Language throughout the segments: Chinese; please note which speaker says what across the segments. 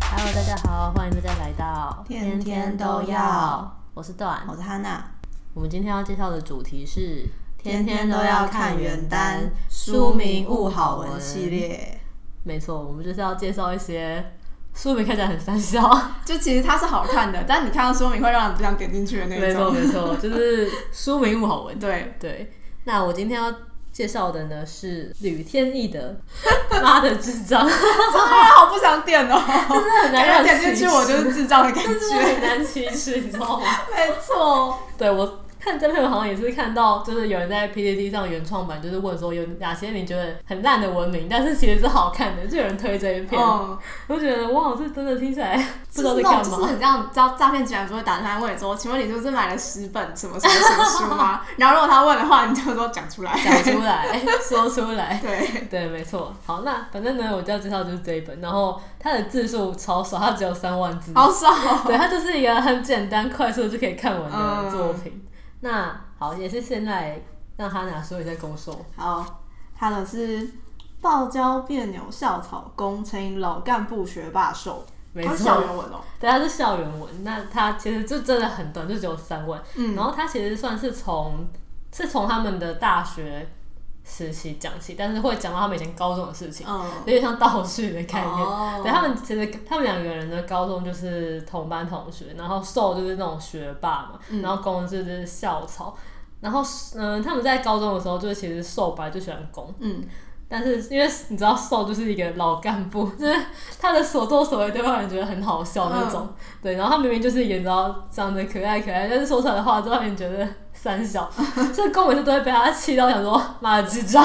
Speaker 1: Hello，大家好，欢迎大家来到
Speaker 2: 天天都要，
Speaker 1: 我是段
Speaker 2: 我。是哈娜，
Speaker 1: 我们今天要介绍的主题是
Speaker 2: 天天都要看原单，书名勿好文系。列。
Speaker 1: 没错，我们就是要介绍一些 书名看起来很三笑。
Speaker 2: 就其实它是好看的，但你看到说明会让人不想点进去的那
Speaker 1: 没错
Speaker 2: 种。
Speaker 1: 没错， 就是书名勿好文。
Speaker 2: 对，
Speaker 1: 对，那我今天要介绍的呢是吕天意的 《妈的智障》，
Speaker 2: 真的好不想点 哦，
Speaker 1: 真的很难
Speaker 2: 感觉
Speaker 1: 让
Speaker 2: 点进
Speaker 1: 人
Speaker 2: 去 我
Speaker 1: 就
Speaker 2: 就是智障的感
Speaker 1: 真的
Speaker 2: 觉。
Speaker 1: 很难启齿，你知道吗？
Speaker 2: 没错，
Speaker 1: 对我看这篇文好像也是看到，就是有人在 PPT 上原创版，就是问说有哪些你觉得很烂的文明，但是其实是好看的，就有人推这一篇，
Speaker 2: 嗯，
Speaker 1: 我就觉得哇，这真的听 起来不知道
Speaker 2: 就
Speaker 1: 在
Speaker 2: 是那种
Speaker 1: 干
Speaker 2: 就是
Speaker 1: 嘛。
Speaker 2: 很像诈诈骗集团不会打电话问你说，请问你是不是买了十本什么什么什么书 吗？然后如果他问的话，你就说讲 出来。
Speaker 1: 讲出来，说出来，
Speaker 2: 对，
Speaker 1: 对，没错。好，那反正呢，我就要介绍就是这一本，然后它的字数超少，它只有三万字，
Speaker 2: 好爽哦。
Speaker 1: 对，它就是一个很简单、快速就可以看完的
Speaker 2: 嗯
Speaker 1: 作品。那好，也是现在让哈娜说一下攻受。
Speaker 2: 好，他的是暴交别扭校草工，成瘾老干部学霸兽，
Speaker 1: 没
Speaker 2: 它
Speaker 1: 错，
Speaker 2: 是校园文哦。
Speaker 1: 对，它是校园文，那它其实就真的很短，就只有三万。
Speaker 2: 嗯
Speaker 1: 然后它其实算是从是从他们的大学时期讲起，但是会讲到他们以前高中的事情，
Speaker 2: 嗯，
Speaker 1: 有点像倒叙的概念。
Speaker 2: 哦
Speaker 1: 对他们其实他们两个人的高中就是同班同学，然后受就是那种学霸嘛，
Speaker 2: 嗯
Speaker 1: 然后攻就是校草。然后，嗯，他们在高中的时候，就是其实受本来就喜欢攻，
Speaker 2: 嗯，
Speaker 1: 但是因为你知道瘦就是一个老干部， 就是他的所作所为都让人觉得很好笑那种。对，然后他明明就是一个你知道长得可爱可爱，但是说出来的话都让人觉得三小。 所以公每次都会被他气到想说妈的智障。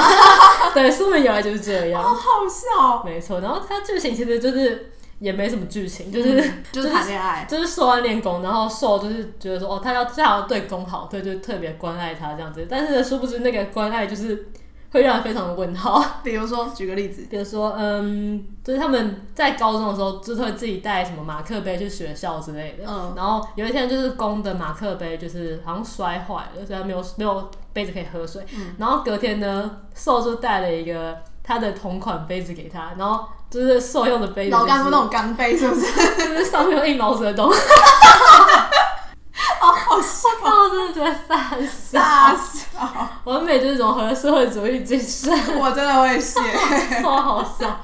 Speaker 1: 对，书名原来就是这样，
Speaker 2: 好好笑，哦
Speaker 1: 没错。然后他剧情其实就是也没什么剧情，就是。
Speaker 2: 嗯就是谈恋 爱，
Speaker 1: 就是受安练功，然后受就是觉得说，哦，他要他要对公好，对，就是特别关爱他这样子。但是殊不知那个关爱就是会让人非常的问号。
Speaker 2: 比如说举个例子，
Speaker 1: 比如说，嗯，就是他们在高中的时候，就是会自己带什么马克杯去学校之类的。
Speaker 2: 嗯
Speaker 1: 然后有一天就是公的马克杯就是好像摔坏了，所以他没有没有杯子可以喝水。
Speaker 2: 嗯
Speaker 1: 然后隔天呢，兽就带了一个他的同款杯子给他，然后就是兽用的杯子、就是，
Speaker 2: 老干部那种干杯是不 是？
Speaker 1: 就是上面有印毛子的东 西，
Speaker 2: 好哦好 笑，
Speaker 1: 我真的觉得三傻。
Speaker 2: 大笑，
Speaker 1: 完美就是融合了社会主义精神。
Speaker 2: 我真的会 写，
Speaker 1: 超好笑。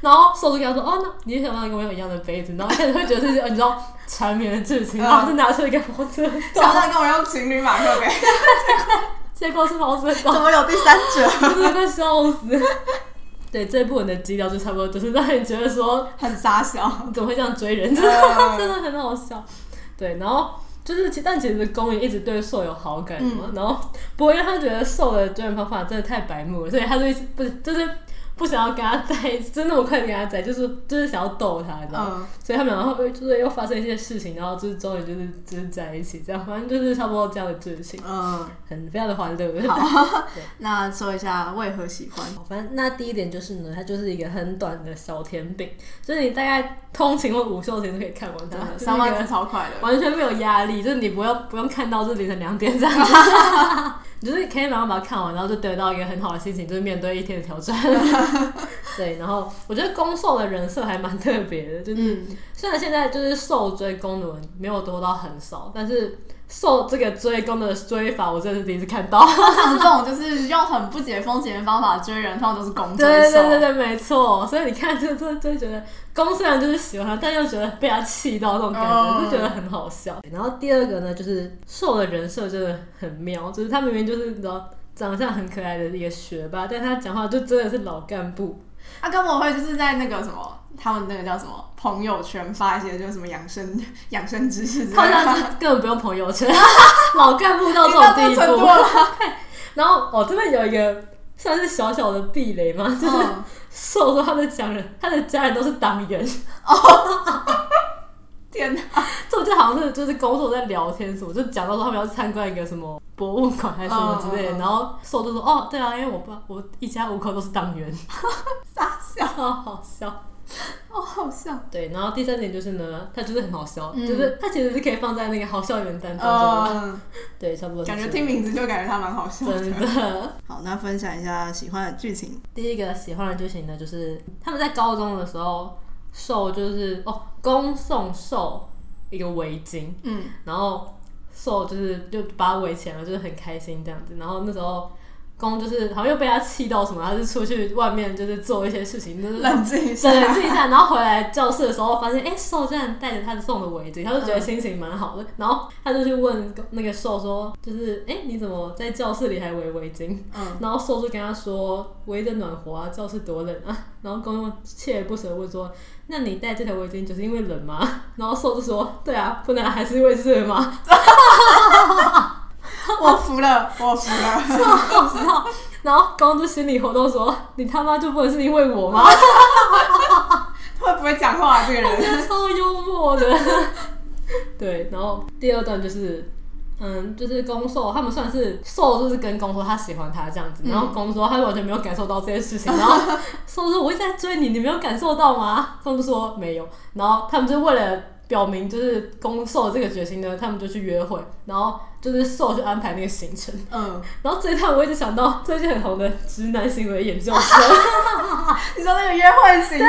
Speaker 1: 然后瘦子跟他说：“哦，那你也想要跟我有一样的杯子？”然后开始会觉得是呃你知道缠绵的剧情，
Speaker 2: 嗯
Speaker 1: 然后就拿出一个毛泽东，
Speaker 2: 常 常跟我用情侣马克杯，
Speaker 1: 结果是毛泽
Speaker 2: 怎
Speaker 1: 东，
Speaker 2: 么有第三者？
Speaker 1: 真的快笑死。对，这部分的基调就差不多，就是让人觉得说
Speaker 2: 很傻笑，
Speaker 1: 你怎么会这样追人，真的
Speaker 2: 嗯
Speaker 1: 真的很好笑。对，然后。就是其，但其实宫野一直对受有好感嘛，然后不过因为他觉得受的追人方法真的太白目了，所以他就一直不就是不想要跟他在一起，就那么快地跟他在一起，就是就是想要逗他，你知道吗？
Speaker 2: 嗯，
Speaker 1: 所以他们然后就是又发生一些事情，然后就是终于就是就是在一起，这样反正就是差不多这样的剧情，
Speaker 2: 嗯，
Speaker 1: 很非常的欢乐。
Speaker 2: 那说一下为何喜欢，
Speaker 1: 反正那第一点就是呢，它就是一个很短的小甜饼，就是你大概通勤或午休前就可以看完它，就是一个
Speaker 2: 三万字超快的，
Speaker 1: 完全没有压力，就是你不用不用看到就是凌晨两点这样 子，你就是可以马上把它看完，然后就得到一个很好的心情，就是面对一天的挑战。 对，然后我觉得攻受的人设还蛮特别的，就是。
Speaker 2: 嗯，
Speaker 1: 虽然现在就是受追功能没有多到很少，但是受这个追功的追法，我真的是第一次看到。
Speaker 2: 通常这种就是用很不解风情的方法追人，通常都是工作
Speaker 1: 对对对
Speaker 2: 手，
Speaker 1: 对，没错。 所以你看，就就就觉得公虽然就是喜欢他，但又觉得被他气到那种感觉，
Speaker 2: 嗯
Speaker 1: 就觉得很好笑。然后第二个呢，就是受的人设真的很妙，就是他明明就是你知道长相很可爱的一个学霸，但他讲话就真的是老干 部，
Speaker 2: 他根啊本会就是在那个什么，他们那个叫什么朋友圈发一些就是什么养生养生知识之类
Speaker 1: 他好
Speaker 2: 的，
Speaker 1: 像是根本不用朋友圈， 老干部到这种
Speaker 2: 已经
Speaker 1: 地
Speaker 2: 到这个
Speaker 1: 步
Speaker 2: 程度。 了，
Speaker 1: 然后我、哦、这边有一个算是小小的壁垒嘛，就是
Speaker 2: 嗯
Speaker 1: 受说他的家人，他的家人都是党员，
Speaker 2: 天哪，
Speaker 1: 这我就好像是就是工作在聊天什么，就讲到说他们要参观一个什么博物馆还是什么之类的，
Speaker 2: 嗯嗯嗯
Speaker 1: 然后受就说哦对啊，因为我爸我一家五口都是党员，
Speaker 2: 傻笑，
Speaker 1: 好好笑。
Speaker 2: 好好笑。
Speaker 1: 对，然后第三点就是呢，他就是很好笑，
Speaker 2: 嗯
Speaker 1: 就是他其实是可以放在那个好笑元旦当中的，
Speaker 2: 嗯，
Speaker 1: 对，差不多是
Speaker 2: 感觉
Speaker 1: 这
Speaker 2: 听
Speaker 1: 样
Speaker 2: 名字就感觉他蛮好笑
Speaker 1: 真
Speaker 2: 的。
Speaker 1: 的。
Speaker 2: 好，那分享一下喜欢的剧情。
Speaker 1: 第一个喜欢的剧情呢，就是他们在高中的时候，寿就是哦，公送寿一个围巾，
Speaker 2: 嗯，
Speaker 1: 然后寿就是就把他围起来嘛，就是很开心这样子。然后那时候公就是好像又被他气到什么，他是出去外面就是做一些事情，就是
Speaker 2: 冷静一下，
Speaker 1: 整理自己一下，然后回来教室的时候发现，哎、寿竟然带着他送的围巾，他就觉得心情蛮好的。然后他就去问那个寿说，就是哎、你怎么在教室里还围围巾？
Speaker 2: 嗯，
Speaker 1: 然后兽就跟他说围着暖和啊，教室多冷啊。 然后公公锲而不舍地问说：“那你戴这条围巾就是因为冷吗？” 然后兽就说：“对啊，不然还是因为热吗
Speaker 2: 我服了，我服了，？”
Speaker 1: 我知道。然后公公就心里活动说：“你他妈就不能是因为我吗
Speaker 2: 会不会讲话、啊、这个？”人？
Speaker 1: 超幽默的。 对，然后第二段就是。嗯，就是公兽，他们算是兽，就是跟公说他喜欢他这样子，然后公说他完全没有感受到这件事情，然后兽说我一直在追你，你没有感受到吗？公就说没有，然后他们就为了表明就是公兽这个决心呢，他们就去约会，然后就是兽去安排那个行程，
Speaker 2: 嗯，
Speaker 1: 然后这一段我一直想到最近很红的直男行为研究所，
Speaker 2: 你说那个约会行程，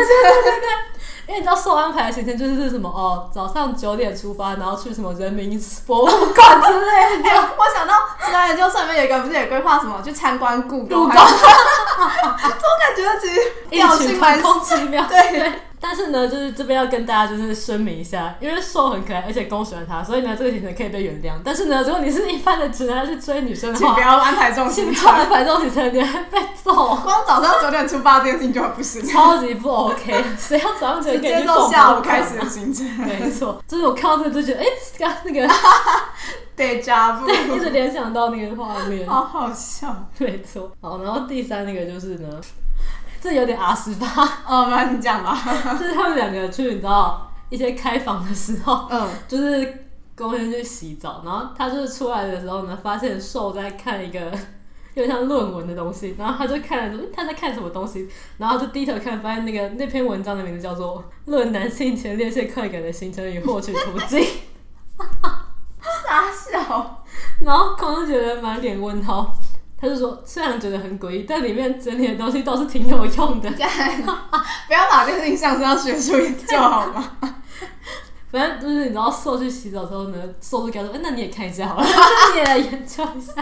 Speaker 1: 因为你知道受安排的行程就是什么哦，早上九点出发，然后去什么人民博物馆之类的。
Speaker 2: 哎、我想到直男研究所里面有一个不是有规划什么去参观故宫，
Speaker 1: 故宫
Speaker 2: 还是 我感觉其实调
Speaker 1: 一曲
Speaker 2: 性
Speaker 1: 传
Speaker 2: 蛮
Speaker 1: 空奇妙。
Speaker 2: 对，
Speaker 1: 但是呢，就是这边要跟大家就是声明一下，因为瘦很可爱，而且公喜欢他，所以呢这个行程可以被原谅。但是呢，如果你是一般的直男要去追女生的
Speaker 2: 请不
Speaker 1: 话，
Speaker 2: 要安排这种
Speaker 1: 请
Speaker 2: 行
Speaker 1: 不要安
Speaker 2: 程，
Speaker 1: 排这种行程，你会被揍，
Speaker 2: 光早上九点出发这件事情就很不 行，
Speaker 1: 超级不 OK。谁要早上九
Speaker 2: 直
Speaker 1: 点跟你
Speaker 2: 接
Speaker 1: 去
Speaker 2: 到
Speaker 1: 逛
Speaker 2: 下
Speaker 1: 博
Speaker 2: 午
Speaker 1: 物馆
Speaker 2: 开始？的行程，
Speaker 1: 没错，就是我看到这个就觉得，哎、刚刚那个
Speaker 2: 得加步，
Speaker 1: 一直联想到那个画面。
Speaker 2: 好好笑。
Speaker 1: 没错。好，然后第三那个就是呢， 这有点 R 十八，
Speaker 2: 哦，那你讲吧。
Speaker 1: 就是他们两个去，你知道一些开房的时候，
Speaker 2: 嗯，
Speaker 1: 就是公先去洗澡，然后他就是出来的时候呢，发现瘦在看一个。 有点像论文的东西，然后他就看了，嗯他在看什么东西，然后就低头看，发现那个那篇文章的名字叫做《论男性前列腺快感的形成与获取途径》，
Speaker 2: 傻笑。
Speaker 1: 然后公就觉得满脸问号，他就说虽然觉得很诡异，但里面整理的东西倒是挺有用的，
Speaker 2: 不要把这个事情上升到学术研究好吗？
Speaker 1: 反正就是你知道，瘦去洗澡之后呢，瘦就跟他说：“哎、那你也看一下 好了， 那你也来研究一下。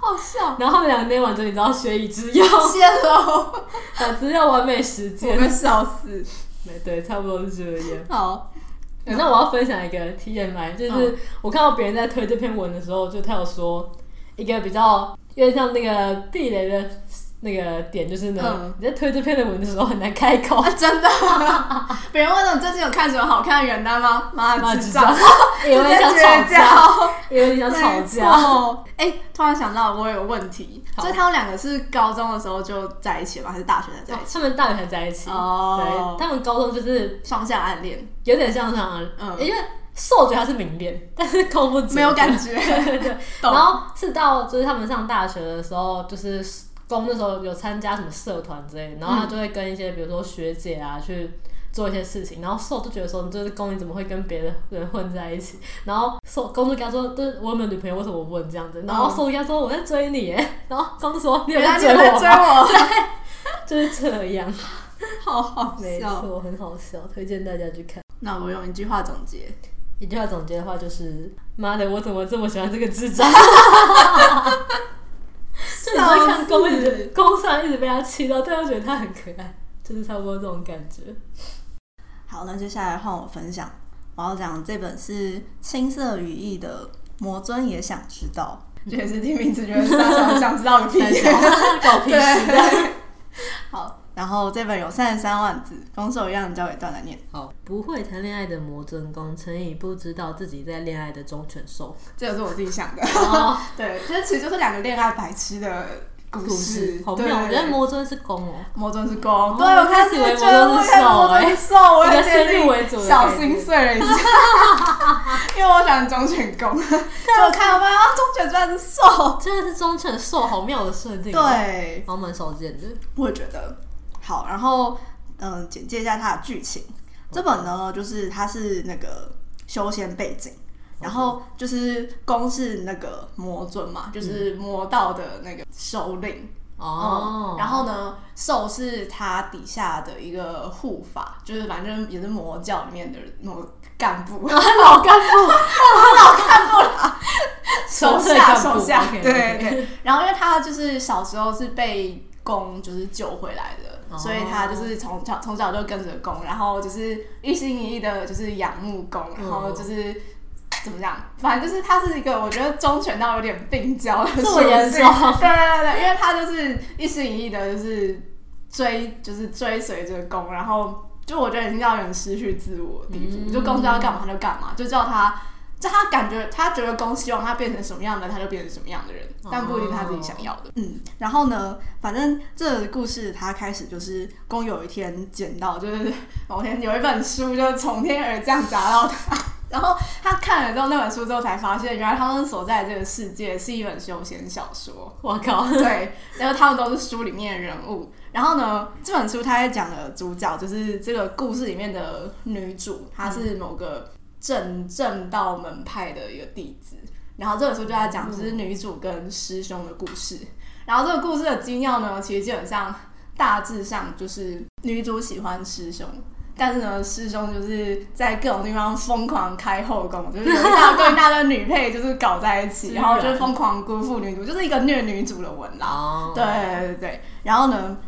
Speaker 2: 好笑”。
Speaker 1: 然后他们俩那晚就你知道学以致 用，
Speaker 2: 谢喽，
Speaker 1: 把资料完美实
Speaker 2: 我
Speaker 1: 践。
Speaker 2: 们笑死。
Speaker 1: 对对，差不多是这样。
Speaker 2: 好，嗯
Speaker 1: 那我要分享一个 TMI，就是我看到别人在推这篇文的时候，就他有说一个比较有点像那个避雷的那个点，就是呢，
Speaker 2: 嗯
Speaker 1: 你在推这篇的文的时候很难开 口。
Speaker 2: 啊，真的。 别人问说你最近有看什么好看的原单吗？妈
Speaker 1: 妈
Speaker 2: 的，
Speaker 1: 知
Speaker 2: 智
Speaker 1: 道
Speaker 2: 障，，
Speaker 1: 有点想吵
Speaker 2: 直接绝
Speaker 1: 架，
Speaker 2: 交。
Speaker 1: 有点想吵
Speaker 2: 没
Speaker 1: 架。
Speaker 2: 错。哎、突然想到我有问题，
Speaker 1: 好
Speaker 2: 所以他们两个是高中的时候就在一起吗？还是大学才在一起？
Speaker 1: 他们大学才在一起，对，
Speaker 2: 哦，
Speaker 1: 他们高中就是
Speaker 2: 双向暗恋，
Speaker 1: 有点像这样，啊
Speaker 2: 嗯
Speaker 1: 因为受觉得他是明恋，但是空不
Speaker 2: 没有感
Speaker 1: 觉。
Speaker 2: 觉。
Speaker 1: 对对对，
Speaker 2: 懂
Speaker 1: 然后是到就是他们上大学的时候，就是公那时候有参加什么社团之类
Speaker 2: 嗯
Speaker 1: 的，然后他就会跟一些比如说学姐啊去做一些事情，然后受就觉得说，就是公你怎么会跟别的人混在一起？ 然后受公就跟他说，就是我有没有女朋友，为什么我问这样子？然后受就跟他说我在追你耶， 然后公就说你有
Speaker 2: 嗯原来
Speaker 1: 在
Speaker 2: 你有
Speaker 1: 追
Speaker 2: 在
Speaker 1: 我
Speaker 2: 追
Speaker 1: 吗？
Speaker 2: 我，
Speaker 1: 就是这样，
Speaker 2: 好好
Speaker 1: 没
Speaker 2: 笑。
Speaker 1: 错，很好笑，推荐大家去看。
Speaker 2: 那我用一句话总结，
Speaker 1: 一句话总结的话就是：妈的，我怎么这么喜欢这个智 障？就你在看公一直公上一直被他气到，但又觉得他很可爱，就是差不多这种感 觉。
Speaker 2: 好，那接下来换我分享，我要讲这本是青涩语义的《魔尊也想知道》， 这也是听名字觉得三小想知道个 屁
Speaker 1: 三小搞屁事！
Speaker 2: 对，好，然后这本有三十三万字，公手一样交给段来念。
Speaker 1: 好，不会谈恋爱的魔尊公乘以不知道自己在恋爱的忠犬兽。
Speaker 2: 这个是我自己想的，
Speaker 1: 哦，
Speaker 2: 对，这其实就是两个恋爱白痴的 故
Speaker 1: 故
Speaker 2: 事
Speaker 1: 事，好
Speaker 2: 对
Speaker 1: 妙，我觉得魔尊是公哦。
Speaker 2: 魔尊是公，对我开始
Speaker 1: 我
Speaker 2: 也
Speaker 1: 一直
Speaker 2: 觉
Speaker 1: 以为
Speaker 2: 得
Speaker 1: 魔
Speaker 2: 我
Speaker 1: 尊是
Speaker 2: 看
Speaker 1: 兽
Speaker 2: 魔尊是兽，我
Speaker 1: 一
Speaker 2: 也
Speaker 1: 个
Speaker 2: 决
Speaker 1: 先入为
Speaker 2: 定
Speaker 1: 主的
Speaker 2: 小
Speaker 1: 概
Speaker 2: 心
Speaker 1: 念
Speaker 2: 碎 了一下，因为我喜欢忠犬公，就我看到发现啊，忠犬居然是兽，
Speaker 1: 真的是忠犬兽，好妙的设定、，哦
Speaker 2: 对，
Speaker 1: 然后蛮少见的。
Speaker 2: 我也觉得好，然后嗯，简介一下它的剧情。这本呢，就是它是那个修仙背景，然后就是公是那个魔尊嘛，就是魔道的那个首领，
Speaker 1: 哦、
Speaker 2: 嗯，然后呢，兽是他底下的一个护法，就是反正也是魔教里面的某干部，
Speaker 1: 啊老干部，
Speaker 2: 手
Speaker 1: 纯粹
Speaker 2: 下
Speaker 1: 干部
Speaker 2: 手下，对
Speaker 1: OK，OK
Speaker 2: 对对。然后因为他就是小时候是被公就是救回来的，
Speaker 1: 哦
Speaker 2: 所以他就是从小从小就跟着公，然后就是一心一意的就是仰慕公，
Speaker 1: 嗯
Speaker 2: 然后就是。怎么讲？反正就是他是一个，我觉得忠犬到有点病娇的
Speaker 1: 这
Speaker 2: 属
Speaker 1: 么
Speaker 2: 性
Speaker 1: 严重
Speaker 2: 对对对，因为他就是一心一意的，就是追，就是追随着公，然后就我觉得已经到有点失去自我的地步，
Speaker 1: 嗯
Speaker 2: 就公叫他干嘛他就干嘛，就叫他，就他感觉他觉得公希望他变成什么样的，他就变成什么样的人，但不一定他自己想要的。嗯，然后呢，反正这个故事他开始就是公有一天捡到，就是某天有一本书就从天而降砸到他。 然后他看了之后那本书之后，才发现原来他们所在的这个世界是一本休闲小说。
Speaker 1: 我靠，
Speaker 2: 对，然后他们都是书里面的人物。然后呢，这本书它也讲了主角，就是这个故事里面的女主，她是某个正正道门派的一个弟子。然后这本书就在讲就是女主跟师兄的故事。然后这个故事的精要呢，其实基本上大致上就是女主喜欢师兄。但是呢，师兄就是在各种地方疯狂开后宫，就是有一大堆一大堆女配就是搞在一起，
Speaker 1: 居
Speaker 2: 然后就
Speaker 1: 然
Speaker 2: 疯狂辜负女主，就是一个虐女主的文啦。
Speaker 1: 哦
Speaker 2: 对，对对，然后呢，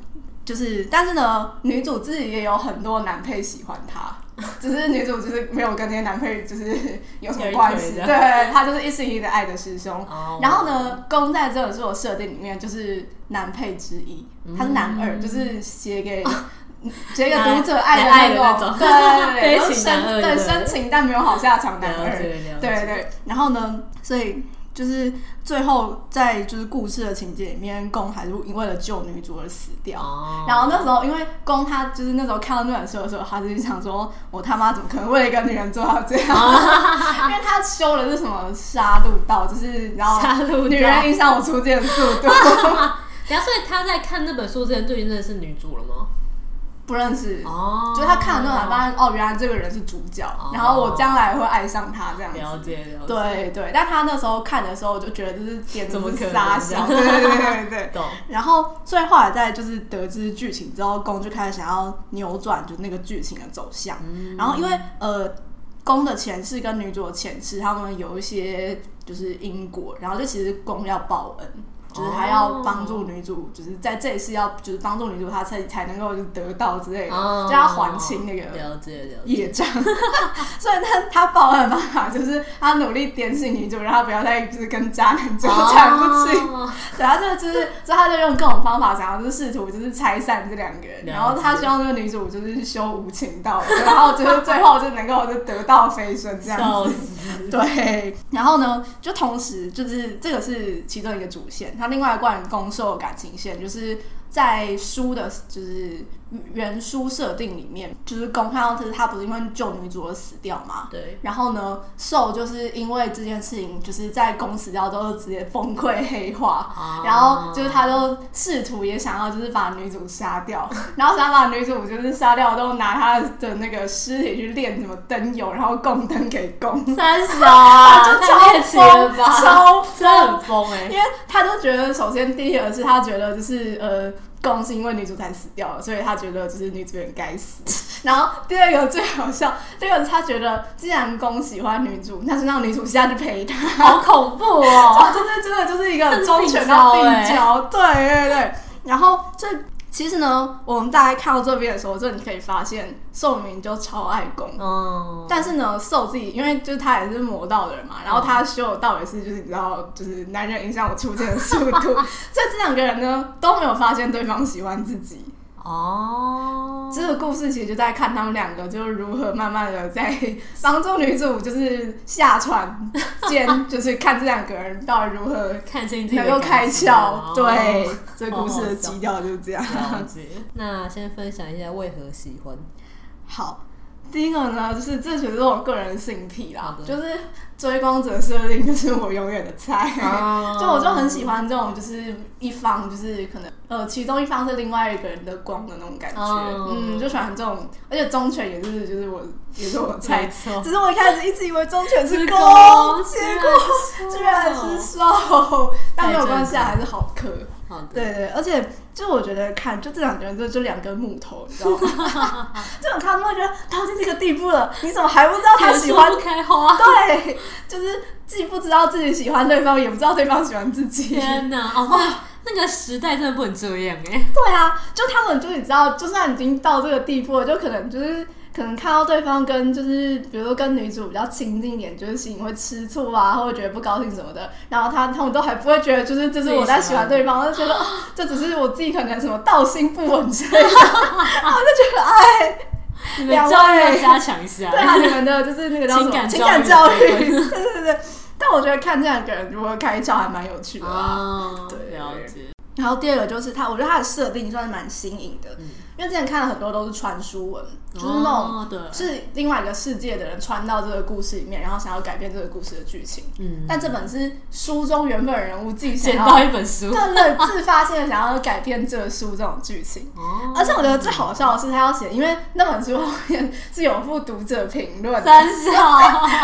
Speaker 2: 就是但是呢，女主自己也有很多男配喜欢她， 只是女主就是没有跟那些男配就是有什么
Speaker 1: 有一
Speaker 2: 关
Speaker 1: 腿
Speaker 2: 系，
Speaker 1: 这样
Speaker 2: 对，她就是一心一意的爱着师兄。
Speaker 1: 哦
Speaker 2: 然后呢，公在这本书的设定里面就是男配之一，
Speaker 1: 嗯
Speaker 2: 他是男二，就是写给写给读者爱的那种，
Speaker 1: 哦男
Speaker 2: 对对对，
Speaker 1: 悲
Speaker 2: 然后
Speaker 1: 情男二
Speaker 2: 深
Speaker 1: 对
Speaker 2: 对
Speaker 1: 不对
Speaker 2: 深情但没有好下场男
Speaker 1: 了
Speaker 2: 二，
Speaker 1: 解了解，
Speaker 2: 对对，然后呢，所以就是最后在就是故事的情节里面，公还是因为了救女主而死掉。
Speaker 1: 哦，
Speaker 2: 然后那时候，因为公他就是那时候看到那本书的时候，他就想说：“我他妈怎么可能为了一个女人做到这样？”
Speaker 1: 哦
Speaker 2: 因为他修的是什么杀戮道，就是然后
Speaker 1: 杀戮道
Speaker 2: 女人影响我出剑的速 度，
Speaker 1: 然后所以他在看那本书之前就已经认识女主了吗？
Speaker 2: 不认识。
Speaker 1: 哦，
Speaker 2: 呃就他看了之后才发现，哦，原来这个人是主角，
Speaker 1: 哦
Speaker 2: 然后我将来会爱上他这样子。
Speaker 1: 了解了解，
Speaker 2: 对对，但他那时候看的时候，我就觉得这是简直
Speaker 1: 怎么可
Speaker 2: 是
Speaker 1: 能
Speaker 2: 傻
Speaker 1: 这
Speaker 2: 笑，
Speaker 1: 样
Speaker 2: 对对对对对。
Speaker 1: 懂
Speaker 2: 然后，所以后来在就是得知剧情之后，公就开始想要扭转就是那个剧情的走向。
Speaker 1: 嗯
Speaker 2: 然后，因为呃，公的前世跟女主的前世，他们有一些就是因果，然后就其实公要报恩。就是他要帮助女主就是在这一世要就是帮助女主，她才才能够就是得到之类的，
Speaker 1: 哦
Speaker 2: 就要还清那个
Speaker 1: 了解了解，
Speaker 2: 业障， 所以他他报恩的办法就是他努力点醒女主，让她不要再就是跟渣男纠缠不清。
Speaker 1: 哦
Speaker 2: 对，他就就是，所以他就用各种方法想要就是试图就是拆散这两个人，
Speaker 1: 了解
Speaker 2: 然后他希望这个女主就是修无情道，然后就是最后就能够就得道飞升这样
Speaker 1: 笑
Speaker 2: 子。
Speaker 1: 死，
Speaker 2: 对，然后呢，就同时就是这个是其中一个主线，它另外一贯攻受感情线，就是在书的，就是原书设定里面，就是公看到就是他不是因为救女主而死掉嘛。
Speaker 1: 对，
Speaker 2: 然后呢，受就是因为这件事情，就是在公死掉之后直接崩溃黑化，
Speaker 1: 哦
Speaker 2: 然后就是他就试图也想要就是把女主杀掉， 然后想把女主就是杀掉之后拿她的那个尸体去炼什么灯油，然后供 灯给公，
Speaker 1: 三小啊，
Speaker 2: 就
Speaker 1: 太猎奇了
Speaker 2: 超疯
Speaker 1: 吧，
Speaker 2: 超疯
Speaker 1: 真的很疯哎、
Speaker 2: 因为他就觉得，首先第一个是他觉得就是呃，共是因为女主才死掉了，所以他觉得就是女主人该死。 然后第二个最好笑，第二个是他觉得既然公喜欢女主，那就让女主下去陪他。
Speaker 1: 好恐怖哦、
Speaker 2: 哦，就是真的就是一个
Speaker 1: 是
Speaker 2: 忠
Speaker 1: 病
Speaker 2: 犬到
Speaker 1: 娇
Speaker 2: 病
Speaker 1: 欸
Speaker 2: 娇，对对对。然后这其实呢，我们大概看到这边的时候，就你可以发现寿明就超爱公，
Speaker 1: 嗯，
Speaker 2: 但是呢，受自己，因为就是他也是魔道的人嘛，然后他修的道也是就是你知道，就是男人影响我出剑的速 度，所以这两个人呢都没有发现对方喜欢自己。
Speaker 1: 哦，
Speaker 2: 这个故事其实就在看他们两个就是如何慢慢的在帮助女主就是下 船兼，就是看这两个人到底如何
Speaker 1: 看清 自己的
Speaker 2: 能够开
Speaker 1: 感情啊
Speaker 2: 窍。对
Speaker 1: 哦，
Speaker 2: 这故事的基调就是这样。
Speaker 1: 了解。那先分享一下为何喜欢。
Speaker 2: 好，第一个呢，就是这只是我个人性癖啦
Speaker 1: 好，的
Speaker 2: 就是追光者设定就是我永远的菜。
Speaker 1: 啊
Speaker 2: 就
Speaker 1: 哦
Speaker 2: 我就很喜欢这种，就是一方就是可能呃，其中一方是另外一个人的光的那种感觉，
Speaker 1: 哦
Speaker 2: 嗯，就喜欢这种，而且忠犬也是就是我也是我 的
Speaker 1: 没
Speaker 2: 菜，
Speaker 1: 错，
Speaker 2: 只是我一开始一直以为忠犬是公，结果
Speaker 1: 果
Speaker 2: 居然是兽，但没有关系啊，还是好磕。
Speaker 1: 好的，
Speaker 2: 对对，而且就我觉得看，就这两个人就就两根木头，你知道吗？就我看到会觉得他已经这个地步了，你怎么还不知道他喜欢
Speaker 1: 铁树不开花。
Speaker 2: 对，就是既不知道自己喜欢对方，也不知道对方喜欢自己。
Speaker 1: 天哪！哦，那那个时代真的不能这样哎、
Speaker 2: 对啊，就他们就你知道，就算已经到这个地步了，就可能就是可能看到对方跟就是比如说跟女主比较亲近一点，就是心里会吃醋啊，或者觉得不高兴什么的。然后他他们都还不会觉得就是这是我在喜欢对方，我 就觉得哦这只是我自己可能什么道心不稳之类的，然后就觉得哎，
Speaker 1: 你们
Speaker 2: 两位
Speaker 1: 教育要加强一下。
Speaker 2: 对啊，你们的就是那个叫什
Speaker 1: 情
Speaker 2: 么
Speaker 1: 感
Speaker 2: 情
Speaker 1: 教
Speaker 2: 感
Speaker 1: 育
Speaker 2: 教育，
Speaker 1: 对
Speaker 2: 对对对。但我觉得看这两个人如何开窍还蛮有趣的啊。
Speaker 1: 哦，
Speaker 2: 对
Speaker 1: 了解。
Speaker 2: 然后第二个就是它，我觉得它的设定算是蛮新颖的，
Speaker 1: 嗯
Speaker 2: 因为之前看了很多都是传书文，就是那种
Speaker 1: 哦、对，
Speaker 2: 是另外一个世界的人穿到这个故事里面，然后想要改变这个故事的剧情。
Speaker 1: 嗯，
Speaker 2: 但这本是书中原本人物自己想
Speaker 1: 捡
Speaker 2: 要
Speaker 1: 到一本书。
Speaker 2: 更认自发性的想要改变这个书这种剧情。
Speaker 1: 哦，
Speaker 2: 而且我觉得最好笑的是，他要写，因为那本书后面是有附读者评论的，
Speaker 1: 三 小，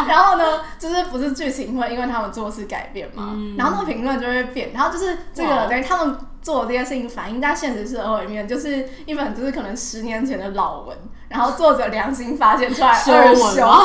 Speaker 2: 然后呢，就是不是剧情会因为他们做事改变嘛？
Speaker 1: 嗯
Speaker 2: 然后那个评论就会变，然后就是这个
Speaker 1: 哇
Speaker 2: 对他们做的这件事情反映在现实生活里面，就是一本就是可能十年前的老文，然后作者良心发现出 来
Speaker 1: 修
Speaker 2: 二
Speaker 1: 文
Speaker 2: 修，
Speaker 1: 吗？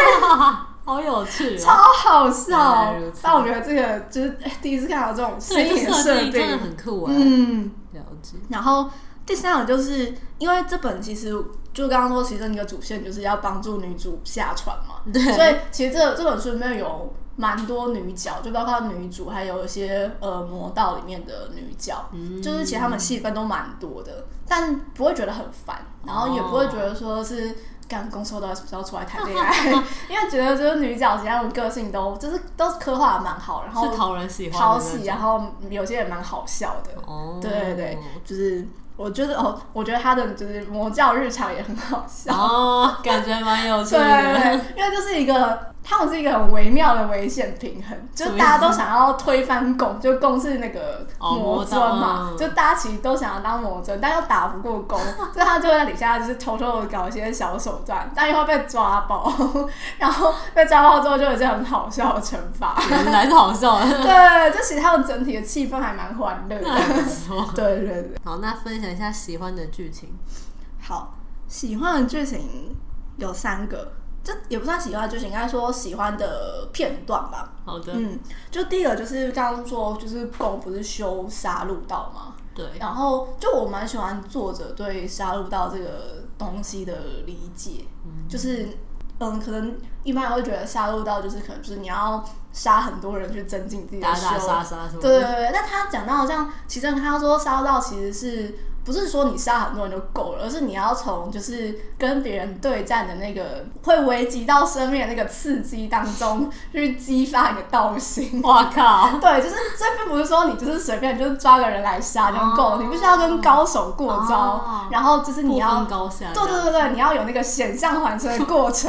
Speaker 1: 好有趣
Speaker 2: 超
Speaker 1: 哦！
Speaker 2: 好
Speaker 1: 原
Speaker 2: 笑
Speaker 1: 来如此。
Speaker 2: 但我觉得这个就是哎第一次看到这种新
Speaker 1: 对，
Speaker 2: 颖
Speaker 1: 这
Speaker 2: 的
Speaker 1: 设
Speaker 2: 设
Speaker 1: 定真的
Speaker 2: 定，
Speaker 1: 很酷哎。
Speaker 2: 嗯。
Speaker 1: 了解。
Speaker 2: 然后第三个就是因为这本其实就刚刚说，其实你的主线就是要帮助女主下船嘛，
Speaker 1: 对
Speaker 2: 所以其实这这本书里面有蛮多女角，就包括女主，还有一些呃魔道里面的女角，
Speaker 1: 嗯
Speaker 2: 就是其实他们戏份都蛮多的，但不会觉得很烦，然后也不会觉得说是。干公受到底什么时候出来谈 恋爱？因为觉得就是女角，其实她们个性都就是都刻画的蛮好，然后
Speaker 1: 是讨人喜欢
Speaker 2: 讨
Speaker 1: 的
Speaker 2: 喜，
Speaker 1: 那
Speaker 2: 然后有些也蛮好笑的。
Speaker 1: 种。哦，
Speaker 2: 啊对对对，就是我觉得哦，我觉得他的就是魔教日常也很好 笑，
Speaker 1: 哦，感觉蛮有趣
Speaker 2: 对对
Speaker 1: 的。
Speaker 2: 对，因为就是一个他们是一个很微妙的危险平衡，就
Speaker 1: 什么意思
Speaker 2: 大家都想要推翻共，就共是那个
Speaker 1: 哦
Speaker 2: 魔
Speaker 1: 魔
Speaker 2: 尊
Speaker 1: 道
Speaker 2: 嘛，
Speaker 1: 嗯
Speaker 2: 就大家其实都想要当魔尊，但又打不过 共，所以他就在底下就是偷偷的搞一些小手段，但又会被抓包， 然后被抓包之后就有一些很好笑的惩 罚。
Speaker 1: 原来是好笑的，
Speaker 2: 对，就其实他们整体的气氛还蛮欢 乐
Speaker 1: 那
Speaker 2: 的。
Speaker 1: 还不错。
Speaker 2: 对对对。
Speaker 1: 好，那分享一下喜欢的剧情。
Speaker 2: 好，喜欢的剧情有三个，这也不算喜欢的剧情，应该说喜欢的片段吧。
Speaker 1: 好的，
Speaker 2: 嗯，就第一个就是刚刚说，就是公不是修杀戮道嘛，
Speaker 1: 对，
Speaker 2: 然后就我蛮喜欢作者对杀戮道这个东西的理解，就是嗯，可能一般人会觉得杀戮道就是可能就是你要杀很多人去增进自己的
Speaker 1: 打打
Speaker 2: 修
Speaker 1: 杀杀什么的。
Speaker 2: 对对对，但他讲到像其实他说杀到其实是不是说你杀很多人就够了，而是你要从就是跟别人对战的那个会危及到生命的那个刺激当中去激发你的道心。
Speaker 1: 哇靠！
Speaker 2: 对，就是这并不是说你就是随便就是抓个人来杀就够了，
Speaker 1: 哦
Speaker 2: 你必须要跟高手过招，
Speaker 1: 哦
Speaker 2: 然后就是你
Speaker 1: 不
Speaker 2: 要
Speaker 1: 分高下这
Speaker 2: 对
Speaker 1: 样，
Speaker 2: 对对对，你要有那个险象环生的过程。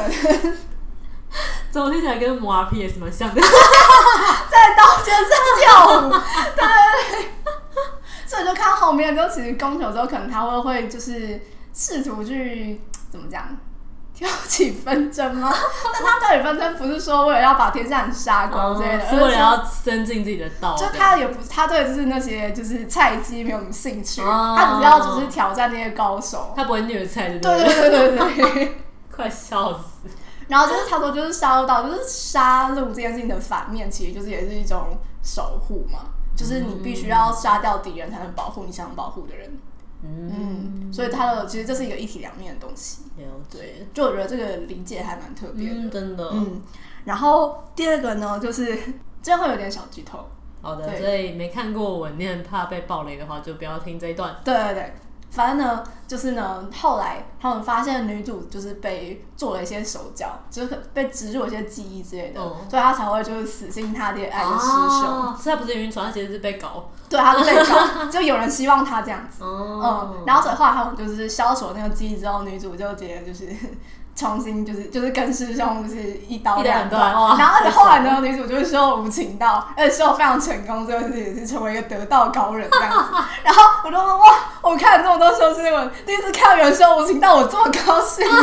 Speaker 1: 怎么听起来跟魔 RPS 蛮 像的？
Speaker 2: 在刀尖上跳舞，对。所以就看到后面，就其实攻球之后，可能他会会就是试图去怎么讲，挑起纷 争吗？但他挑起纷争不是说为了要把天下人杀光之类的，
Speaker 1: 哦
Speaker 2: 而
Speaker 1: 是
Speaker 2: 是
Speaker 1: 为了
Speaker 2: 说
Speaker 1: 要增进自己的道。
Speaker 2: 就他也不，他对就是那些就是菜鸡没有什么兴趣，
Speaker 1: 哦
Speaker 2: 他只是要就是挑战那些高手。
Speaker 1: 他不会虐菜，对不
Speaker 2: 对
Speaker 1: 对？
Speaker 2: 对对对对。
Speaker 1: 快笑死！
Speaker 2: 然后就是差不多就是杀戮到，就是杀戮这件事情的反面，其实就是也是一种守护嘛，就是你必须要杀掉敌人才能保护你想保护的人。嗯，所以它的其实这是一个一体两面的东西。
Speaker 1: 了解。
Speaker 2: 对，就我觉得这个理解还蛮特别的。
Speaker 1: 嗯，真的。
Speaker 2: 嗯，然后第二个呢，就是这样会有点小剧透。
Speaker 1: 好
Speaker 2: 对
Speaker 1: 的，所以没看过文，你很怕被暴雷的话，就不要听这一段。
Speaker 2: 对对对，反正呢，就是呢，后来他们发现女主就是被做了一些手脚，就是被植入一些记忆之类的，
Speaker 1: 嗯
Speaker 2: 所以她才会就是死心塌地地爱着师兄。
Speaker 1: 哦，所以他不是晕船，他其实是被搞。
Speaker 2: 对，他是被告，就有人希望他这样子。嗯，
Speaker 1: 哦，
Speaker 2: 然后所以后来他们就是消除了那个记忆之后，女主就直接就是 重新就是就是跟师兄就是一刀
Speaker 1: 一刀
Speaker 2: 两
Speaker 1: 两
Speaker 2: 断，
Speaker 1: 断哇
Speaker 2: 然后而且后来呢，女主就是修了无情道，而且修的非常成功，就是也是成为一个得道高人这样子。 然后我就说哇，我看了这么多修仙文，第一次看到有人修无情道，我这么高兴，因为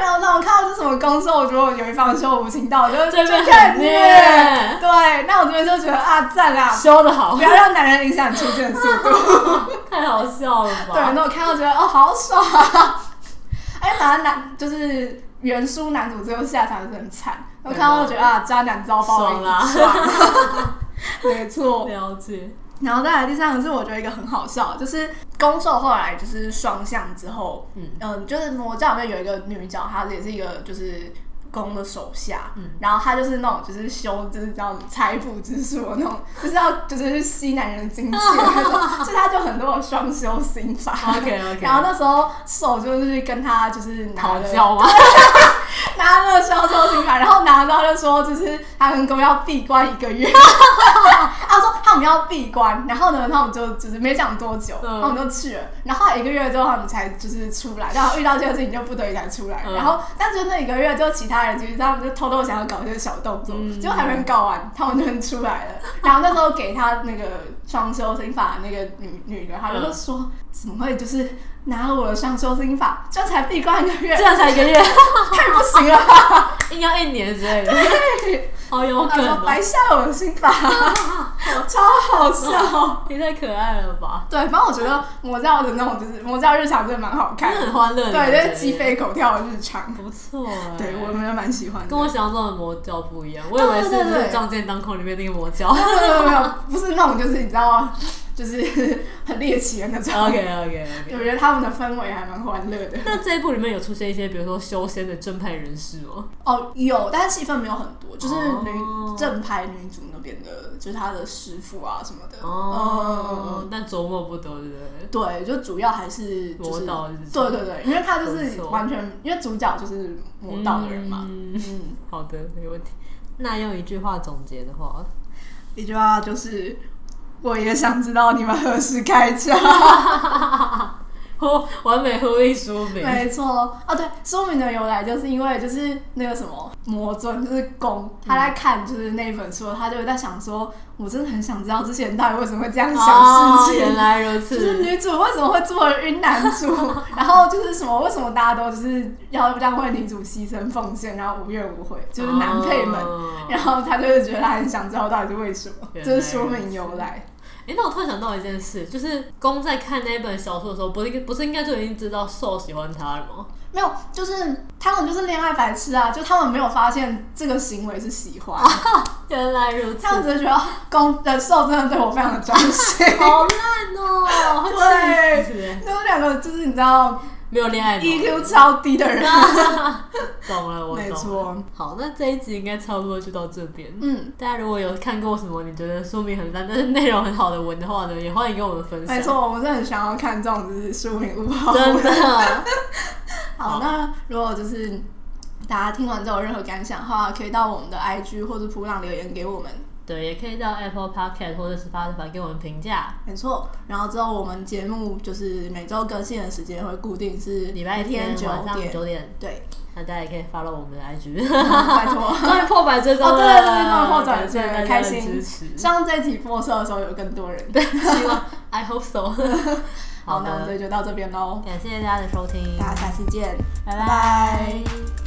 Speaker 2: 没有那我看到是什么攻受，我觉得我有一方修无情道，我就
Speaker 1: 这边
Speaker 2: 就看
Speaker 1: 很
Speaker 2: 虐
Speaker 1: 虐，
Speaker 2: 对，那我这边就觉得啊赞啦，
Speaker 1: 修的好
Speaker 2: 不，要让男人影响你出剑的速度。
Speaker 1: 太好笑了
Speaker 2: 对，
Speaker 1: 吧？
Speaker 2: 那我看到觉得哦，好爽、 而且反正男就是原书男主最后下场也是很惨，我看到就觉得啊，渣男遭报应，
Speaker 1: 爽啊啦
Speaker 2: 爽啊 没错。
Speaker 1: 了解，
Speaker 2: 然后再来第三个是我觉得一个很好笑的，就是攻受后来就是双向之后，嗯
Speaker 1: 嗯
Speaker 2: 就是魔教里面有一个女角，她也是一个就是。攻的手下，
Speaker 1: 嗯
Speaker 2: 然后她就是那种就是修就是叫财富之术的那种，就是要就是去吸男人的 精气的那种，所以她就很多的双修心法。
Speaker 1: OK，OK
Speaker 2: 然后那时候手就是跟他就是拿
Speaker 1: 讨
Speaker 2: 了
Speaker 1: 教吗？
Speaker 2: 拿那个销售金牌，然后拿到就说，就是他跟公要闭关一个月。 他说他们要闭关，然后呢，他们就就是没讲多久，
Speaker 1: 嗯
Speaker 2: 他们就去了。然后一个月之后，他们才就是出来，然后遇到这个事情就不得已才出来。
Speaker 1: 嗯
Speaker 2: 然后，但是那一个月之后，其他人其实他们就偷偷想要搞一些小动作，
Speaker 1: 嗯
Speaker 2: 结果还没搞完，他们就出来了。然后那时候给他那个双修心法的那个女女的，她就
Speaker 1: 嗯
Speaker 2: 说、怎么会就是拿了我的双修心法，这才闭关一个 月
Speaker 1: 这，样才一个月，
Speaker 2: 太不行了吧。
Speaker 1: 硬要一年之类的，好有
Speaker 2: 他
Speaker 1: 梗
Speaker 2: 说
Speaker 1: 哦！
Speaker 2: 白下我的心法，超好笑。
Speaker 1: 你太可爱了吧？
Speaker 2: 对，反正我觉得魔教的那种就是魔教日常真的蛮好看
Speaker 1: 真的
Speaker 2: 的，
Speaker 1: 很欢乐的感
Speaker 2: 对，
Speaker 1: 觉，
Speaker 2: 就是鸡飞狗跳的日常。
Speaker 1: 不错哎。
Speaker 2: 对，嗯我们也蛮喜欢的。
Speaker 1: 跟我想象中的魔教不一样，我以为是
Speaker 2: 对对
Speaker 1: 就
Speaker 2: 对
Speaker 1: 是《仗剑当空》里面那个魔教。
Speaker 2: 没有没有没有，不是那种就是你知道吗？就是很猎奇的那种。
Speaker 1: OK OK OK。
Speaker 2: 我觉得他们的氛围还蛮欢乐的。
Speaker 1: 那这一部里面有出现一些，比如说修仙的正派人士吗？
Speaker 2: 哦，有，但是戏份没有很多，就是女、
Speaker 1: 哦
Speaker 2: 正牌女主那边的，就是她的师傅啊什么的。嗯嗯嗯嗯
Speaker 1: 哦，但琢磨不多，对不对？
Speaker 2: 对，就主要还是就
Speaker 1: 魔
Speaker 2: 是
Speaker 1: 道日
Speaker 2: 对
Speaker 1: 常
Speaker 2: 对对，因为他就
Speaker 1: 不
Speaker 2: 是
Speaker 1: 错
Speaker 2: 完全，因为主角就是魔道的人嘛。
Speaker 1: 嗯
Speaker 2: 嗯，
Speaker 1: 好的，没问题。那用一句话总结的话，
Speaker 2: 一句话就是，我也想知道你们何时开枪。
Speaker 1: 呼完美呼应书名，
Speaker 2: 没错，哦对，书名的由来就是因为就是那个什么魔尊，就是公，
Speaker 1: 嗯
Speaker 2: 他在看就是那本书，他就在想说，我真的很想知道之前到底为什么会这样想
Speaker 1: 哦
Speaker 2: 事情。
Speaker 1: 原来如
Speaker 2: 就
Speaker 1: 此，
Speaker 2: 是女主为什么会这么晕男 主，然后就是什么为什么大家都就是要让为女主牺牲奉献，然后无怨无悔，就是男配们。
Speaker 1: 哦
Speaker 2: 然后他就是觉得他很想知道到底是为什么，
Speaker 1: 原来
Speaker 2: 就是说明由来。
Speaker 1: 哎、那我突然想到一件事，就是公在看那本小说的时候，不是应该不是应该就已经知道受喜欢他了吗？
Speaker 2: 没有，就是他们就是恋爱白痴啊，就他们没有发现这个行为是喜
Speaker 1: 哦
Speaker 2: 欢，
Speaker 1: 原来如此，
Speaker 2: 他们只是觉得哦公的受真的对我非常的专心。
Speaker 1: 好烂哦、会气死欸
Speaker 2: 就是两个就是你知道
Speaker 1: 没有恋爱脑
Speaker 2: EQ 超低的人，
Speaker 1: 懂了，我懂
Speaker 2: 没
Speaker 1: 了。
Speaker 2: 错，
Speaker 1: 好，那这一集应该差不多就到这边。
Speaker 2: 嗯。
Speaker 1: 大家如果有看过什么你觉得书名很烂但是内容很好的文的话呢，也欢迎跟我们分享。
Speaker 2: 没，错，我们是很想要看这种就是书名物好。
Speaker 1: 真的。
Speaker 2: 好，
Speaker 1: 好
Speaker 2: 那如果就是大家听完之后有任何感想的话，可以到我们的 IG 或者普朗留言给我们。
Speaker 1: 对，也可以到 Apple Podcast 或者是 Spotify 给我们评价。
Speaker 2: 没错，然后之后我们节目就是每周更新的时间会固定是
Speaker 1: 礼拜
Speaker 2: 每天九
Speaker 1: 晚上
Speaker 2: 点，
Speaker 1: 九点，
Speaker 2: 对，
Speaker 1: 那大家也可以 follow 我们的 IG。
Speaker 2: 拜 托。
Speaker 1: 终于破百追踪了，
Speaker 2: 哦对对对终于破百
Speaker 1: 感谢
Speaker 2: 追
Speaker 1: 大家的
Speaker 2: 开心
Speaker 1: 支持。
Speaker 2: 希望这集播出的时候有更多人。
Speaker 1: 希望 I hope so 。
Speaker 2: 好，那我们
Speaker 1: 的，
Speaker 2: 这就到这边喽，
Speaker 1: 感谢大家的收听，
Speaker 2: 大家下次见，
Speaker 1: 拜
Speaker 2: 拜拜
Speaker 1: 拜